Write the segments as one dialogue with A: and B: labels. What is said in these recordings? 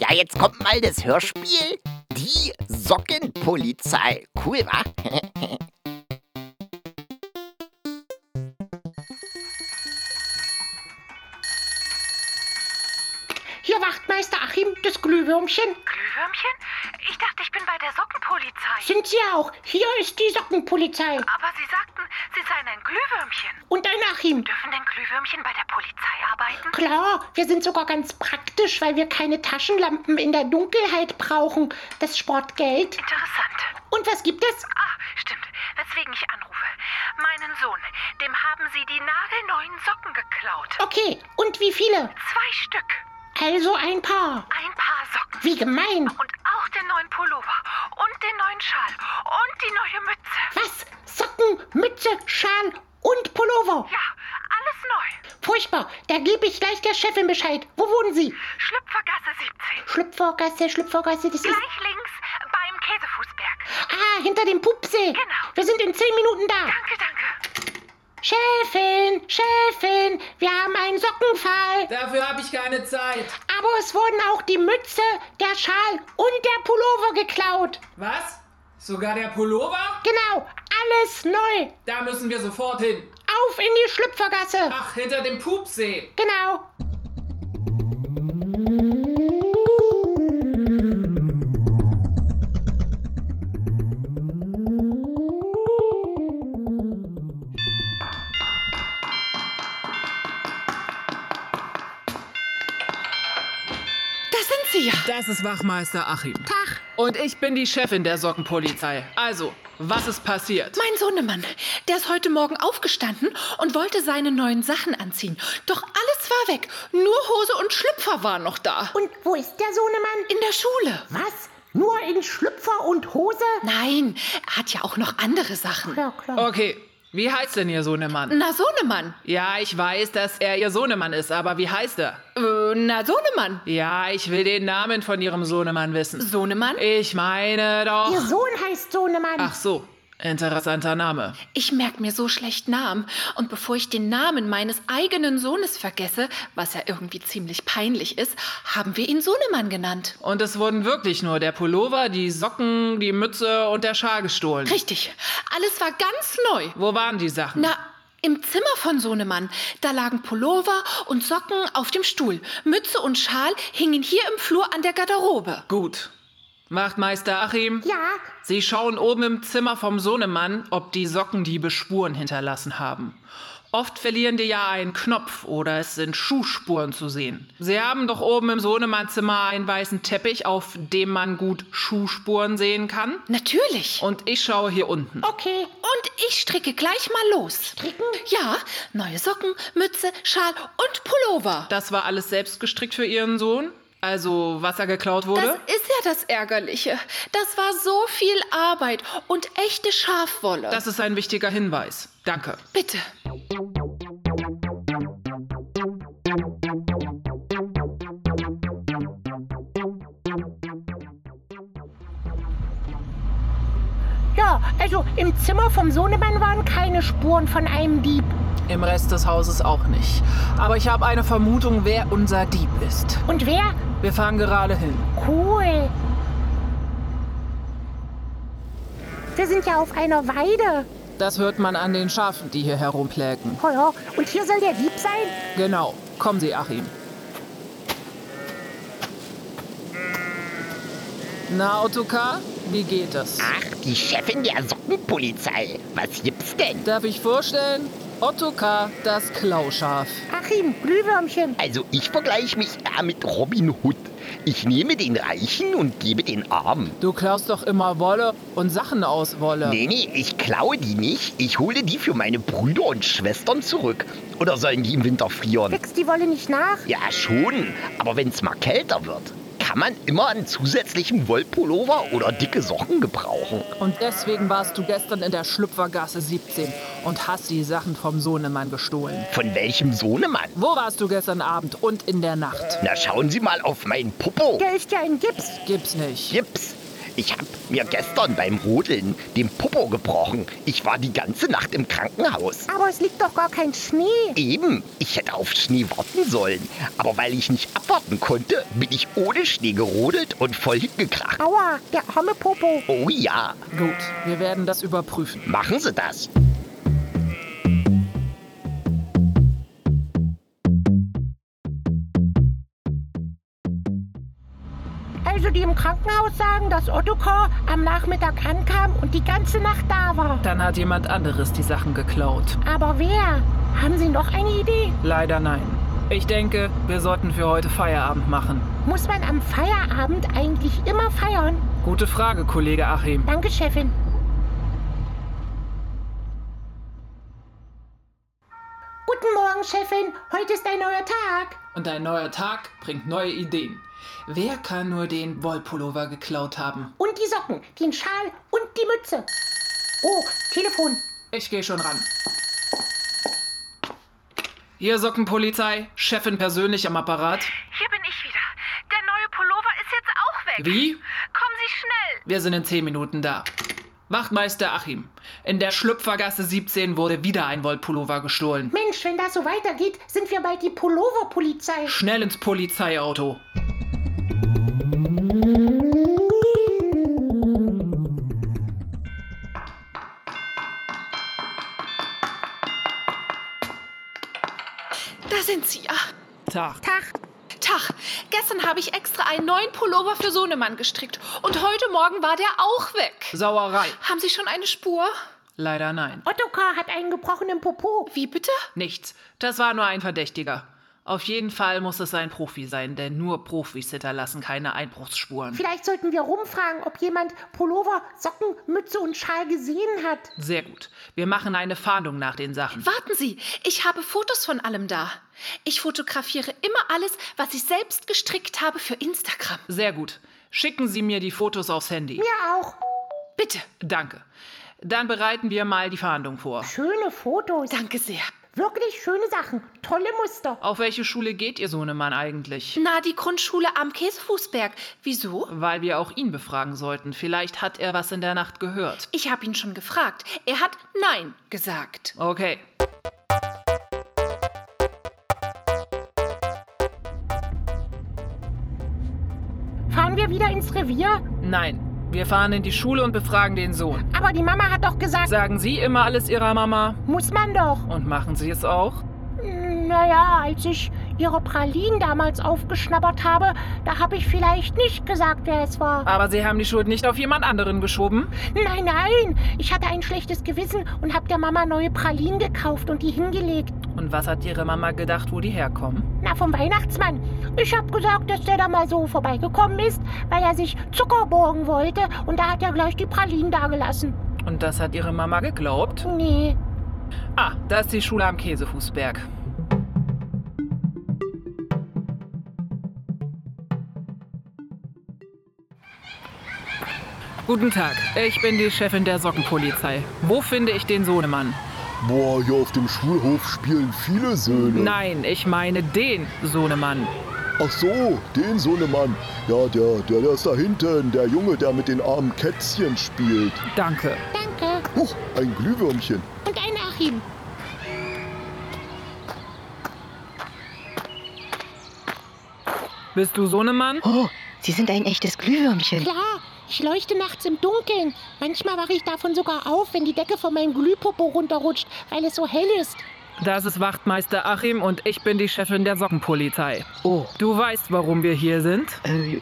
A: Ja, jetzt kommt mal das Hörspiel. Die Sockenpolizei. Cool, wa?
B: Hier Wachtmeister Achim, das Glühwürmchen.
C: Glühwürmchen? Ich dachte, ich bin bei der Sockenpolizei.
B: Sind Sie auch. Hier ist die Sockenpolizei.
C: Aber Sie sagten, Sie seien ein Glühwürmchen.
B: Und ein Achim.
C: Dürfen denn Glühwürmchen bei der Polizei arbeiten?
B: Klar, wir sind sogar ganz praktisch, weil wir keine Taschenlampen in der Dunkelheit brauchen. Das spart Geld.
C: Interessant.
B: Und was gibt es?
C: Ah, stimmt. Weswegen ich anrufe. Meinen Sohn, dem haben Sie die nagelneuen Socken geklaut.
B: Okay, und wie viele?
C: Zwei Stück.
B: Also ein paar.
C: Ein paar Socken.
B: Wie gemein.
C: Und auch den neuen Pullover. Und den neuen Schal. Und die neue Mütze.
B: Was? Socken, Mütze, Schal und Pullover.
C: Ja, alles neu.
B: Furchtbar. Da gebe ich gleich der Chefin Bescheid. Wo wohnen Sie?
C: Schlüpfergasse 17.
B: Schlüpfergasse, Schlüpfergasse, das ist...
C: Gleich links beim Käsefußberg.
B: Ah, hinter dem Pupsee.
C: Genau.
B: Wir sind in zehn Minuten da.
C: Danke, danke.
B: Chefin, Chefin, wir haben einen Sockenfall.
D: Dafür habe ich keine Zeit.
B: Aber es wurden auch die Mütze, der Schal und der Pullover geklaut.
D: Was? Sogar der Pullover?
B: Genau, alles neu.
D: Da müssen wir sofort hin.
B: Auf in die Schlüpfergasse.
D: Ach, hinter dem Pupsee.
B: Genau.
E: Da sind sie ja.
D: Das ist Wachmeister Achim.
B: Tag.
D: Und ich bin die Chefin der Sockenpolizei. Also, was ist passiert?
E: Mein Sohnemann, der ist heute Morgen aufgestanden und wollte seine neuen Sachen anziehen. Doch alles war weg. Nur Hose und Schlüpfer waren noch da.
B: Und wo ist der Sohnemann?
E: In der Schule.
B: Was? Nur in Schlüpfer und Hose?
E: Nein, er hat ja auch noch andere Sachen.
B: Ja, klar.
D: Okay, wie heißt denn Ihr Sohnemann?
E: Na, Sohnemann.
D: Ja, ich weiß, dass er Ihr Sohnemann ist, aber wie heißt er?
E: Äh, na, Sohnemann.
D: Ja, ich will den Namen von Ihrem Sohnemann wissen.
E: Sohnemann?
D: Ich meine
B: Ihr
D: doch.
B: Sohn heißt Sohnemann.
D: Ach so, interessanter Name.
E: Ich merke mir so schlecht Namen. Und bevor ich den Namen meines eigenen Sohnes vergesse, was ja irgendwie ziemlich peinlich ist, haben wir ihn Sohnemann genannt.
D: Und es wurden wirklich nur der Pullover, die Socken, die Mütze und der Schal gestohlen.
E: Richtig. Alles war ganz neu.
D: Wo waren die Sachen?
E: Na, im Zimmer von Sohnemann. Da lagen Pullover und Socken auf dem Stuhl. Mütze und Schal hingen hier im Flur an der Garderobe.
D: Gut. Wachtmeister Achim,
B: Ja,
D: Sie schauen oben im Zimmer vom Sohnemann, ob die Sockendiebe Spuren hinterlassen haben. Oft verlieren die ja einen Knopf oder es sind Schuhspuren zu sehen. Sie haben doch oben im Sohnemann-Zimmer einen weißen Teppich, auf dem man gut Schuhspuren sehen kann.
E: Natürlich.
D: Und ich schaue hier unten.
B: okay.
E: Und ich stricke gleich mal los.
B: Stricken?
E: Ja, neue Socken, Mütze, Schal und Pullover.
D: Das war alles selbst gestrickt für Ihren Sohn? Also, was er geklaut
E: Das
D: wurde?
E: ist ja das Ärgerliche. Das war so viel Arbeit und echte Schafwolle.
D: Das ist ein wichtiger Hinweis. Danke.
E: Bitte.
B: Ja, also im Zimmer vom Sohnemann waren keine Spuren von einem Dieb.
D: Im Rest des Hauses auch nicht. Aber ich habe eine Vermutung, wer unser Dieb ist.
B: Und wer?
D: Wir fahren gerade hin.
B: Cool. Wir sind ja auf einer Weide.
D: Das hört man an den Schafen, die hier herumplägen.
B: Oh ja, und hier soll der Dieb sein?
D: Genau. Kommen Sie, Achim. Na, Autokar, wie geht es?
A: Ach, die Chefin der Sockenpolizei. Was gibt's denn?
D: Darf ich vorstellen? Ottokar, das Klauschaf.
B: Achim, Glühwürmchen.
A: Also, ich vergleiche mich eher mit Robin Hood. Ich nehme den Reichen und gebe den Armen.
D: Du klaust doch immer Wolle und Sachen aus Wolle.
A: Nee, nee, ich klaue die nicht. Ich hole die für meine Brüder und Schwestern zurück. Oder sollen die im Winter frieren?
B: Wächst die Wolle nicht nach?
A: Ja, schon. Aber wenn's mal kälter wird, kann man immer einen zusätzlichen Wollpullover oder dicke Socken gebrauchen.
D: Und deswegen warst du gestern in der Schlüpfergasse 17 und hast die Sachen vom Sohnemann gestohlen.
A: Von welchem Sohnemann?
D: Wo warst du gestern Abend und in der Nacht?
A: Na, schauen Sie mal auf meinen Popo.
B: Der ist ja in Gips.
D: Gibt's nicht.
A: Gips. Ich hab mir gestern beim Rodeln den Popo gebrochen. Ich war die ganze Nacht im Krankenhaus.
F: Aber es liegt doch gar kein Schnee.
A: Eben, ich hätte auf Schnee warten sollen. Aber weil ich nicht abwarten konnte, bin ich ohne Schnee gerodelt und voll hingekracht.
F: Aua, der arme Popo.
A: Oh ja,
G: Gut, wir werden das überprüfen.
A: machen Sie das.
B: Also die im Krankenhaus sagen, dass Ottokor am Nachmittag ankam und die ganze Nacht da war.
G: Dann hat jemand anderes die Sachen geklaut.
B: Aber wer? Haben Sie noch eine Idee?
G: Leider nein. Ich denke, wir sollten für heute Feierabend machen.
B: Muss man am Feierabend eigentlich immer feiern?
G: Gute Frage, Kollege Achim.
B: Danke, Chefin. Guten Morgen, Chefin. Heute ist ein neuer Tag.
D: Und ein neuer Tag bringt neue Ideen. Wer kann nur den Wollpullover geklaut haben?
B: Und die Socken, den Schal und die Mütze. Oh, Telefon.
D: Ich gehe schon ran. Hier Sockenpolizei, Chefin persönlich am Apparat.
C: Hier bin ich wieder. Der neue Pullover ist jetzt auch weg.
D: Wie?
C: Kommen Sie schnell.
D: Wir sind in 10 Minuten da. Wachtmeister Achim. In der Schlüpfergasse 17 wurde wieder ein Wollpullover gestohlen.
B: Mensch, wenn das so weitergeht, sind wir bald die Pullover-Polizei.
D: Schnell ins Polizeiauto.
E: Da sind sie ja.
G: Tag.
E: Tag. Tag. Gestern habe ich extra einen neuen Pullover für Sohnemann gestrickt. Und heute Morgen war der auch weg.
D: Sauerei.
E: Haben Sie schon eine Spur?
D: Leider nein.
B: Ottokar hat einen gebrochenen Popo.
E: Wie bitte?
D: Nichts. Das war nur ein Verdächtiger. Auf jeden Fall muss es ein Profi sein, denn nur Profis hinterlassen keine Einbruchsspuren.
B: Vielleicht sollten wir rumfragen, ob jemand Pullover, Socken, Mütze und Schal gesehen hat.
D: Sehr gut. Wir machen eine Fahndung nach den Sachen.
E: Warten Sie, ich habe Fotos von allem da. Ich fotografiere immer alles, was ich selbst gestrickt habe für Instagram.
D: Sehr gut. Schicken Sie mir die Fotos aufs Handy.
B: Ja, auch.
E: Bitte.
D: Danke. Dann bereiten wir mal die Fahndung vor.
B: Schöne Fotos.
E: Danke sehr.
B: Wirklich schöne Sachen. Tolle Muster.
D: Auf welche Schule geht Ihr Sohnemann eigentlich?
E: Na, die Grundschule am Käsefußberg. Wieso?
D: Weil wir auch ihn befragen sollten. Vielleicht hat er was in der Nacht gehört.
E: Ich habe ihn schon gefragt. Er hat Nein gesagt.
D: Okay.
B: Fahren wir wieder ins Revier?
G: Nein. Wir fahren in die Schule und befragen den Sohn.
B: Aber die Mama hat doch gesagt,
G: Sagen Sie immer alles Ihrer Mama?
B: muss man doch.
G: Und machen Sie es auch?
B: Naja, als ich ihre Pralinen damals aufgeschnabbert habe, da habe ich vielleicht nicht gesagt, wer es war.
D: Ah.
G: Aber Sie haben die Schuld nicht auf jemand anderen geschoben?
B: Nein, nein, ich hatte ein schlechtes Gewissen und habe der Mama neue Pralinen gekauft und die hingelegt.
G: Und was hat Ihre Mama gedacht, wo die herkommen?
B: Na, vom Weihnachtsmann. Ich habe gesagt, dass der da mal so vorbeigekommen ist, weil er sich Zucker borgen wollte und da hat er gleich die Pralinen dagelassen.
G: Und das hat Ihre Mama geglaubt?
B: Nee,
G: Ah, da ist die Schule am Käsefußberg. Guten Tag, ich bin die Chefin der Sockenpolizei. Wo finde ich den Sohnemann?
H: Boah, hier auf dem Schulhof spielen viele Söhne.
G: Nein, ich meine den Sohnemann.
H: Ach so, den Sohnemann. Ja, der, der, der ist da hinten, der Junge, der mit den armen Kätzchen spielt.
G: Danke.
B: danke.
H: Huch, ein Glühwürmchen.
B: Und ein Achim.
G: Bist du Sohnemann?
I: Oh, Sie sind ein echtes Glühwürmchen.
B: Klar, ich leuchte nachts im Dunkeln. Manchmal wache ich davon sogar auf, wenn die Decke von meinem Glühpopo runterrutscht, weil es so hell ist.
G: Das ist Wachtmeister Achim und ich bin die Chefin der Sockenpolizei.
I: Oh,
G: Du weißt, warum wir hier sind?
I: äh,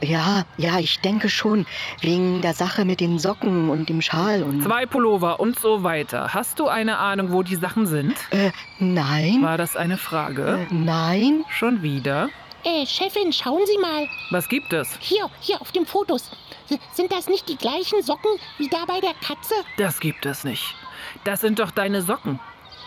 I: ja, ja, ich denke schon. Wegen der Sache mit den Socken und dem Schal und.
G: Zwei Pullover und so weiter. Hast du eine Ahnung, wo die Sachen sind?
I: Äh, nein.
G: War das eine Frage?
I: Äh, nein.
G: Schon wieder?
B: Äh, Chefin, schauen Sie mal.
G: Was gibt es?
B: Hier, hier auf den Fotos. S- Sind das nicht die gleichen Socken wie da bei der Katze?
G: Das gibt es nicht. Das sind doch deine Socken.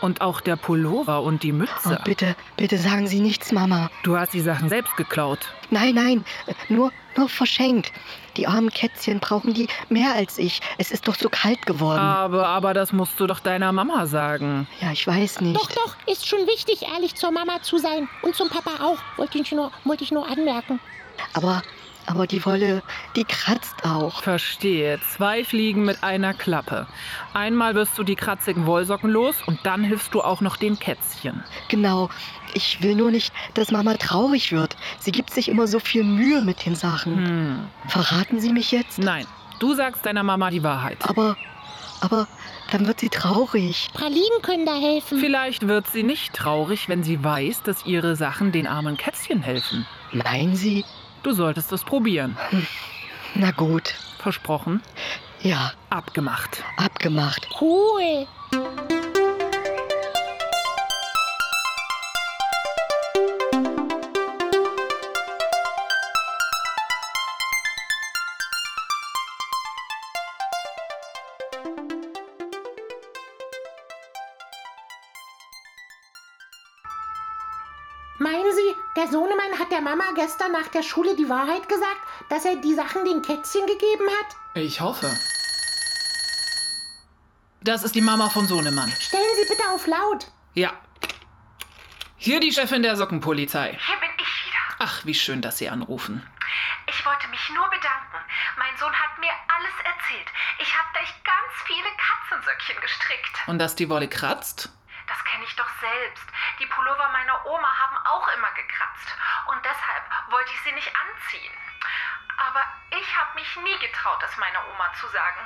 G: Und auch der Pullover und die
I: Oh,
G: Mütze.
I: bitte, bitte sagen Sie nichts, Mama.
G: Du hast die Sachen selbst geklaut.
I: Nein, nein, äh, nur, nur verschenkt. Die armen Kätzchen brauchen die mehr als ich. Es ist doch so kalt geworden.
B: Ah.
G: Aber, aber das musst du doch deiner Mama sagen.
I: Ja, ich weiß nicht.
B: Doch, doch, ist schon wichtig, ehrlich zur Mama zu sein. Und zum Papa auch, wollte ich nur, wollte ich nur anmerken.
I: Aber, aber die Wolle, die kratzt auch.
D: Verstehe. Zwei Fliegen mit einer Klappe. Einmal wirst du die kratzigen Wollsocken los und dann hilfst du auch noch dem Kätzchen.
I: Genau. Ich will nur nicht, dass Mama traurig wird. Sie gibt sich immer so viel Mühe mit den Sachen.
D: Hm.
I: Verraten Sie mich jetzt?
D: Nein, du sagst deiner Mama die Wahrheit.
I: Aber, aber, dann wird sie traurig.
B: Pralinen können da helfen.
D: Vielleicht wird sie nicht traurig, wenn sie weiß, dass ihre Sachen den armen Kätzchen helfen.
I: Meinen Sie?
D: Du solltest es probieren.
I: Na gut.
D: Versprochen,
I: Ja,
D: abgemacht.
I: abgemacht.
B: Cool. Meinen Sie, der Sohnemann hat der Mama gestern nach der Schule die Wahrheit gesagt, dass er die Sachen den Kätzchen gegeben hat?
J: Ich hoffe. Das ist die Mama vom Sohnemann.
B: Stellen Sie bitte auf laut.
J: Ja. Hier die Chefin der Sockenpolizei.
C: Hier bin ich wieder.
J: Ach, wie schön, dass Sie anrufen.
C: Ich wollte mich nur bedanken. Mein Sohn hat mir alles erzählt. Ich habe gleich ganz viele Katzensöckchen gestrickt.
J: Und dass die Wolle kratzt?
C: Das kenne ich doch selbst. Die Pullover meiner Oma haben auch immer gekratzt. Und deshalb wollte ich sie nicht anziehen. Aber ich habe mich nie getraut, es meiner Oma zu sagen.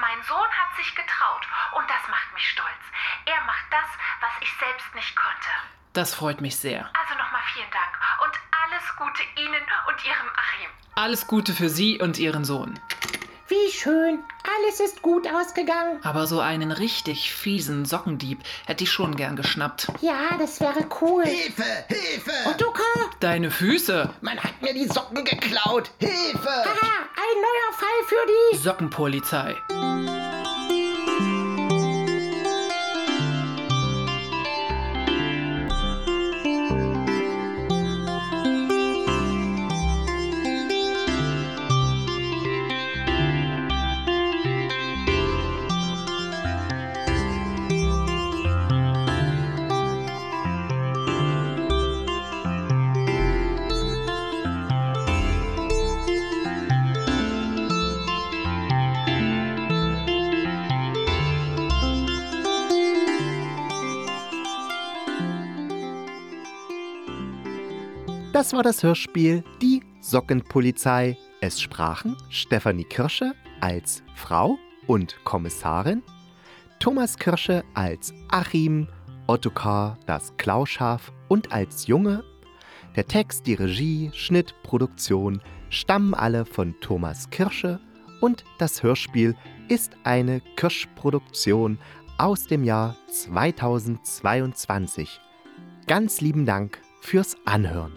C: Mein Sohn hat sich getraut und das macht mich stolz. Er macht das, was ich selbst nicht konnte.
J: Das freut mich sehr.
C: Also nochmal vielen Dank und alles Gute Ihnen und Ihrem Achim.
J: Alles Gute für Sie und Ihren Sohn.
B: Wie schön. Alles ist gut ausgegangen.
J: Aber so einen richtig fiesen Sockendieb hätte ich schon gern geschnappt.
B: Ja, das wäre cool. ah,
K: Hilfe! Hilfe!
B: Ottokar,
J: Deine Füße!
K: Man hat mir die Socken geklaut! Hilfe!
B: haha, ein neuer Fall für die.
J: Sockenpolizei.
A: Das war das Hörspiel Die Sockenpolizei. Es sprachen Stefanie Kirsche als Frau und Kommissarin, Thomas Kirsche als Achim, Ottokar das Klauschaf und als Junge. Der Text, die Regie, Schnitt, Produktion stammen alle von Thomas Kirsche und das Hörspiel ist eine Kirsch-Produktion aus dem Jahr 2022. Ganz lieben Dank fürs Anhören.